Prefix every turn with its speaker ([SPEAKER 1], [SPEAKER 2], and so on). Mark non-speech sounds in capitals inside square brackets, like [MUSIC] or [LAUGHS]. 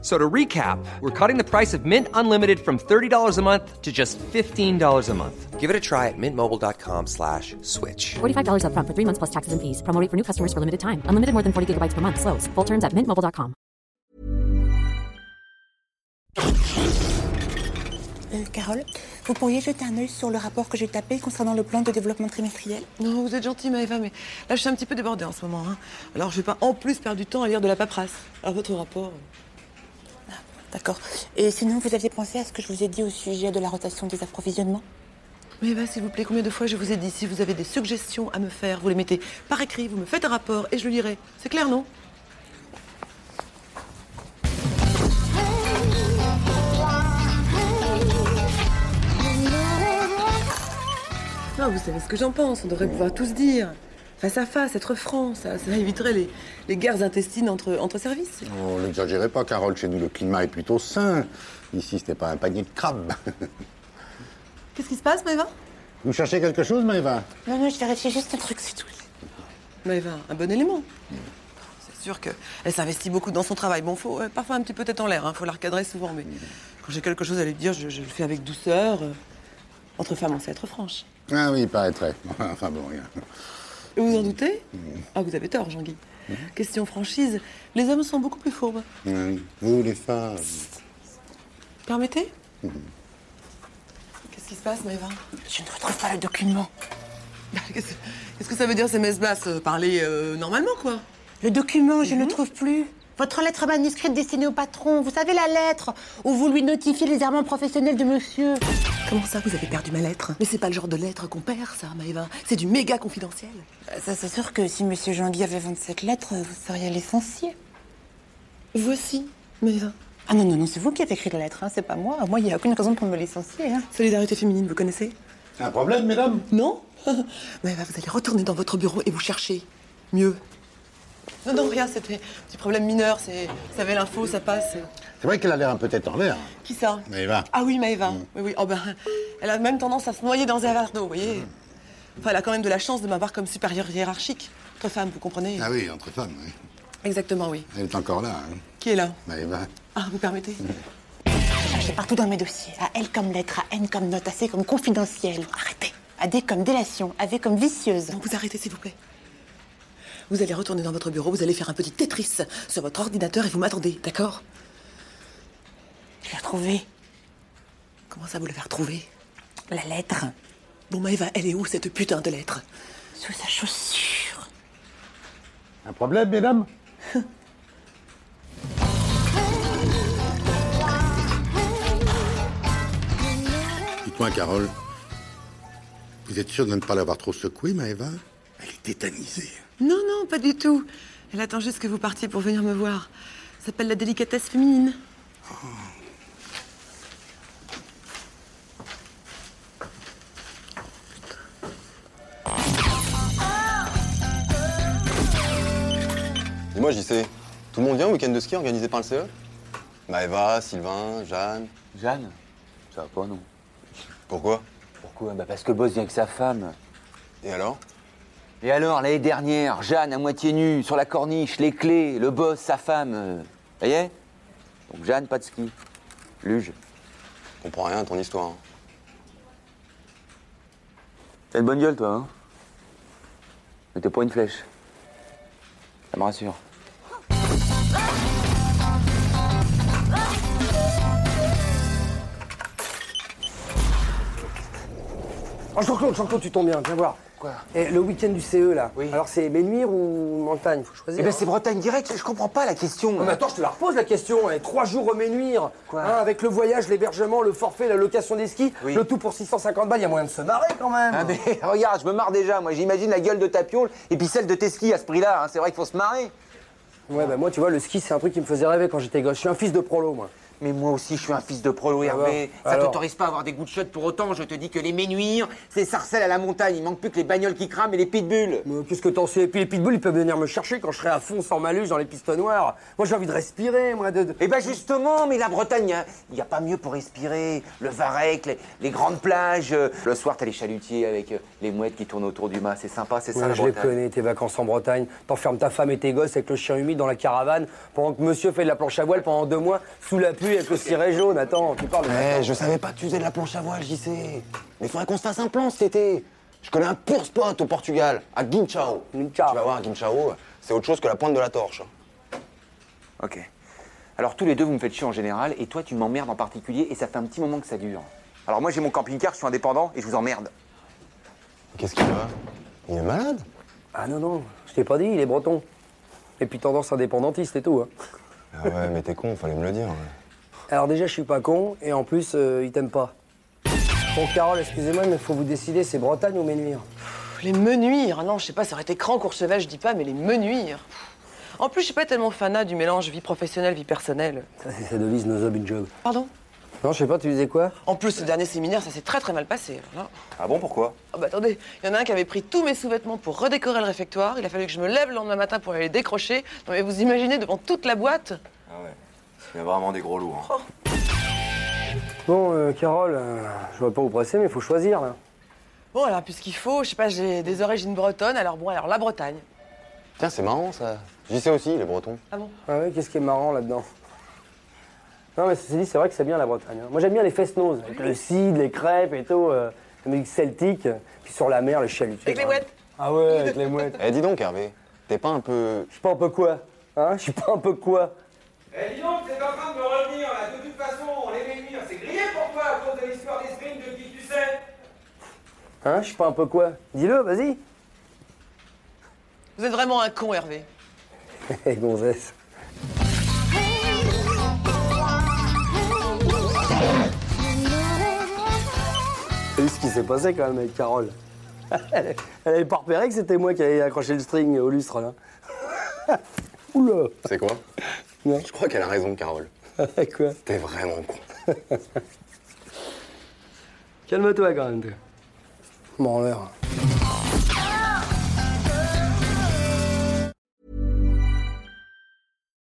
[SPEAKER 1] So to recap, we're cutting the price of Mint Unlimited from $30 a month to just $15 a month. Give it a try at mintmobile.com slash switch.
[SPEAKER 2] $45 upfront for three months plus taxes and fees. Promo rate for new customers for limited time. Unlimited more than 40 gigabytes per month. Slows. Full terms at mintmobile.com.
[SPEAKER 3] Euh, Carole, vous pourriez jeter un œil sur le rapport que j'ai tapé concernant le plan de développement trimestriel
[SPEAKER 4] Non, vous êtes gentille, Maëva, mais là, je suis un petit peu débordée en ce moment. hein. Alors, je vais pas en plus perdre du temps à lire de la paperasse. Alors, votre rapport
[SPEAKER 3] D'accord. Et sinon, vous aviez pensé à ce que je vous ai dit au sujet de la rotation des approvisionnements
[SPEAKER 4] Maëva, s'il vous plaît, combien de fois je vous ai dit, si vous avez des suggestions à me faire, vous les mettez par écrit, vous me faites un rapport et je le lirai. C'est clair, non Non, vous savez ce que j'en pense, on devrait pouvoir tous dire. Face à face, être franc, ça, ça éviterait les, les guerres intestines entre, entre services.
[SPEAKER 5] Oh, n'exagérez pas, Carole, chez nous le climat est plutôt sain. Ici, ce n'est pas un panier de crabes. [LAUGHS]
[SPEAKER 4] Qu'est-ce qui se passe, Maëva
[SPEAKER 5] Vous cherchez quelque chose, Maëva
[SPEAKER 3] Non, non, je vérifiais juste un truc, c'est tout.
[SPEAKER 4] Maëva, un bon élément. C'est sûr qu'elle s'investit beaucoup dans son travail. Bon, faut euh, parfois un petit peu tête en l'air, il faut la recadrer souvent, mais quand j'ai quelque chose à lui dire, je, je le fais avec douceur. euh, Entre femmes, on sait être franche.
[SPEAKER 5] Ah oui, il paraîtrait. [LAUGHS] enfin bon, rien.
[SPEAKER 4] Et Vous en doutez Ah, vous avez tort, Jean-Guy. Question franchise, les hommes sont beaucoup plus fourbes.
[SPEAKER 5] Ah oui. Vous, les femmes.
[SPEAKER 4] Permettez Qu'est-ce qui se passe, Maëva [LAUGHS]
[SPEAKER 3] Je ne retrouve pas le document.
[SPEAKER 4] Qu'est-ce qu'est-ce que ça veut dire ces messes basses Euh, Parler euh, normalement, quoi
[SPEAKER 3] Le document, je ne le trouve plus. Mhm. Votre lettre manuscrite destinée au patron, vous savez la lettre où vous lui notifiez les errements professionnels de monsieur.
[SPEAKER 4] Comment ça, vous avez perdu ma lettre Mais c'est pas le genre de lettre qu'on perd, ça, Maëva. C'est du méga confidentiel.
[SPEAKER 3] Euh, Ça, c'est sûr que si monsieur Jean-Guy avait 27 lettres, euh, vous seriez l'essentiel.
[SPEAKER 4] Vous aussi, Maëva.
[SPEAKER 3] Ah non, non, non, c'est vous qui avez écrit la lettre, hein, c'est pas moi. Moi, il n'y a aucune raison pour me licencier. Hein.
[SPEAKER 4] Solidarité féminine, vous connaissez
[SPEAKER 5] Un problème, mesdames
[SPEAKER 4] Non [LAUGHS] Mais bah, vous allez retourner dans votre bureau et vous chercher. Mieux. Non, non, rien, c'était un petit problème mineur. C'est, vous savez, l'info, ça passe.
[SPEAKER 5] C'est vrai qu'elle a l'air un peu tête en l'air.
[SPEAKER 4] Qui ça
[SPEAKER 5] Maëva. Mm.
[SPEAKER 4] Ah oui, Maëva. Oui, oui. Oh ben, [LAUGHS] elle a même tendance à se noyer dans un verre d'eau, vous voyez.
[SPEAKER 5] Mm.
[SPEAKER 4] Enfin, elle a quand même de la chance de m'avoir comme supérieure hiérarchique. Entre femmes, vous comprenez
[SPEAKER 5] Ah oui, entre femmes, oui.
[SPEAKER 4] Exactement, oui.
[SPEAKER 5] Elle est encore là, hein.
[SPEAKER 4] Qui est là
[SPEAKER 5] Maëva.
[SPEAKER 4] Ah, vous permettez
[SPEAKER 5] Mm.
[SPEAKER 3] J'ai partout dans mes dossiers. À L comme lettre, à N comme note, à C comme confidentiel. Arrêtez. À D comme délation, à V comme vicieuse.
[SPEAKER 4] Non, vous arrêtez, s'il vous plaît. Vous allez retourner dans votre bureau, vous allez faire un petit Tetris sur votre ordinateur et vous m'attendez, d'accord
[SPEAKER 3] Je l'ai retrouvée.
[SPEAKER 4] Comment ça, vous l'avez retrouvé
[SPEAKER 3] La lettre.
[SPEAKER 4] Bon, Maëva, elle est où cette putain de lettre
[SPEAKER 3] Sous sa chaussure.
[SPEAKER 5] Un problème, mesdames Dites-moi, Carole, vous êtes sûre de ne pas l'avoir trop secouée, Maëva Elle est tétanisée.
[SPEAKER 4] Non, non, pas du tout. Elle attend juste que vous partiez pour venir me voir. Ça s'appelle la délicatesse féminine.
[SPEAKER 6] Dis-moi, j'y sais. Tout le monde vient au week-end de ski organisé par le E CE Maëva, Bah, Sylvain, Jeanne.
[SPEAKER 7] Jeanne Ça va pas, non
[SPEAKER 6] Pourquoi
[SPEAKER 7] Pourquoi bah Parce que Boss vient avec sa femme.
[SPEAKER 6] Et alors
[SPEAKER 7] Et alors, l'année dernière, Jeanne à moitié nue, sur la corniche, les clés, le boss, sa femme. euh, voyez Donc Jeanne, pas de ski. Luge.
[SPEAKER 6] Je comprends rien à ton histoire. hein.
[SPEAKER 7] T'as une bonne gueule, toi, hein Mais t'es pas une flèche. Ça me rassure.
[SPEAKER 8] Oh, Jean-Claude, Jean-Claude, tu tombes bien, viens voir. Quoi Le week-end du CE, là.
[SPEAKER 7] Oui.
[SPEAKER 8] Alors, c'est Bénuire ou Montagne Faut choisir.
[SPEAKER 7] Eh ben,
[SPEAKER 8] hein.
[SPEAKER 7] c'est Bretagne direct, je comprends pas la question.
[SPEAKER 8] Non, mais attends, je te la repose la question. eh, Trois jours au Ménuire,
[SPEAKER 7] Quoi
[SPEAKER 8] avec le voyage, l'hébergement, le forfait, la location des skis,
[SPEAKER 7] Oui.
[SPEAKER 8] le tout pour 650 balles, il y a moyen de se marrer quand même.
[SPEAKER 7] Ah, mais [LAUGHS] regarde, je me marre déjà, moi j'imagine la gueule de ta piolle et puis celle de tes skis à ce prix-là, hein. c'est vrai qu'il faut se marrer.
[SPEAKER 8] Ouais, bah moi, tu vois, le ski, c'est un truc qui me faisait rêver quand j'étais gosse. Je suis un fils de prolo, moi.
[SPEAKER 7] Mais moi aussi, je suis un fils de prolo,
[SPEAKER 8] Alors,
[SPEAKER 7] Hervé. Ça
[SPEAKER 8] alors
[SPEAKER 7] t'autorise pas à avoir des goûts de shot pour autant. Je te dis que les menuires, c'est sarcelles à la montagne. Il manque plus que les bagnoles qui crament et les pitbulls.
[SPEAKER 8] Mais Euh, Qu'est-ce que t'en sais Et puis les pitbulls, ils peuvent venir me chercher quand je serai à fond sans malus dans les pistes noires. Moi, j'ai envie de respirer, moi, de... de-
[SPEAKER 7] Eh ben justement, mais la Bretagne, hein, il n'y a, pas mieux pour respirer. Le Varec, les, les grandes plages. euh, Le soir, t'as les chalutiers avec euh, les mouettes qui tournent autour du mât. C'est sympa, c'est ça
[SPEAKER 8] Ouais,
[SPEAKER 7] la
[SPEAKER 8] je les
[SPEAKER 7] Bretagne.
[SPEAKER 8] connais, tes vacances en Bretagne. T'enfermes ta femme et tes gosses avec le chien humide dans la caravane pendant que monsieur fait de la planche à voile pendant deux mois sous la pluie avec le ciré jaune. Attends, tu parles de...
[SPEAKER 7] Eh, je savais pas que tu faisais de la planche à voile, j'y sais. Mais faudrait qu'on se fasse un plan cet été. Je connais un pur spot au Portugal, à Guinchao.
[SPEAKER 8] Guinchao.
[SPEAKER 7] Tu vas voir, Guinchao,
[SPEAKER 6] C'est autre chose que la pointe de la torche. hein.
[SPEAKER 7] Ok. Alors tous les deux, vous me faites chier en général, et toi, tu m'emmerdes en particulier, et ça fait un petit moment que ça dure. Alors moi, j'ai mon camping-car, je suis indépendant, et je vous emmerde.
[SPEAKER 6] Qu'est-ce qu'il a Il est malade
[SPEAKER 8] Ah non, non, je t'ai pas dit, il est breton. Et puis tendance indépendantiste et tout. hein.
[SPEAKER 6] Ah ouais, mais t'es con, fallait me le dire.
[SPEAKER 8] Alors déjà, je suis pas con, et en plus, euh, il t'aime pas. Bon, Carole, excusez-moi, mais faut vous décider, c'est Bretagne ou Ménuire
[SPEAKER 4] Pff, Les menuires, Ah non, je sais pas, ça aurait été cran Courchevel, je dis pas, mais les menuires. En plus, je suis pas tellement fanat du mélange vie professionnelle, vie personnelle.
[SPEAKER 8] Ça, c'est sa devise, nos job in job.
[SPEAKER 4] Pardon
[SPEAKER 8] Non, je sais pas, tu disais quoi
[SPEAKER 4] En plus, le dernier séminaire, ça s'est très très mal passé. alors là.
[SPEAKER 7] Ah bon, pourquoi
[SPEAKER 4] Ah bah attendez, il y en a un qui avait pris tous mes sous-vêtements pour redécorer le réfectoire. Il a fallu que je me lève le lendemain matin pour aller les décrocher. Non mais vous imaginez devant toute la boîte
[SPEAKER 6] Ah ouais. Il y a vraiment des gros hein. lourds.
[SPEAKER 8] Bon, euh, Carole, euh, je vois pas vous presser, mais faut choisir, là.
[SPEAKER 4] Bon alors puisqu'il faut, je sais pas, j'ai des origines bretonnes, alors bon alors la Bretagne.
[SPEAKER 6] Tiens, c'est marrant ça. J'y sais aussi, les Bretons.
[SPEAKER 4] Ah bon
[SPEAKER 8] Ah ouais, qu'est-ce qui est marrant là-dedans Non, mais ceci dit, c'est vrai que c'est bien la Bretagne. hein. Moi, j'aime bien les fest avec le cid, les crêpes et tout, euh, la musique celtique, euh, puis sur la mer, le chalut.
[SPEAKER 4] Avec les mouettes.
[SPEAKER 8] Ah ouais, avec les mouettes.
[SPEAKER 6] Eh, dis donc, Hervé, t'es pas un peu.
[SPEAKER 8] Je suis pas un peu quoi Hein Je suis pas un peu quoi
[SPEAKER 9] Eh dis donc, c'est en train de me revenir là, de toute façon, les menhirs, c'est grillé pour toi à cause de l'histoire des sprints de qui tu sais
[SPEAKER 8] Hein Je suis pas un peu quoi Dis-le, vas-y.
[SPEAKER 4] Vous êtes vraiment un con
[SPEAKER 8] [LAUGHS]
[SPEAKER 4] Hervé.
[SPEAKER 8] Hé, gonzesse. T'as vu ce qui s'est passé quand même avec Carole [LAUGHS] Elle elle avait pas repéré que c'était moi qui avais accroché le string au lustre, là. [LAUGHS] Oula
[SPEAKER 6] C'est quoi
[SPEAKER 8] Non.
[SPEAKER 6] Je crois qu'elle a raison, Carole.
[SPEAKER 8] [LAUGHS] Quoi
[SPEAKER 6] T'es vraiment con.
[SPEAKER 8] Calme-toi quand même. Bon, l'air.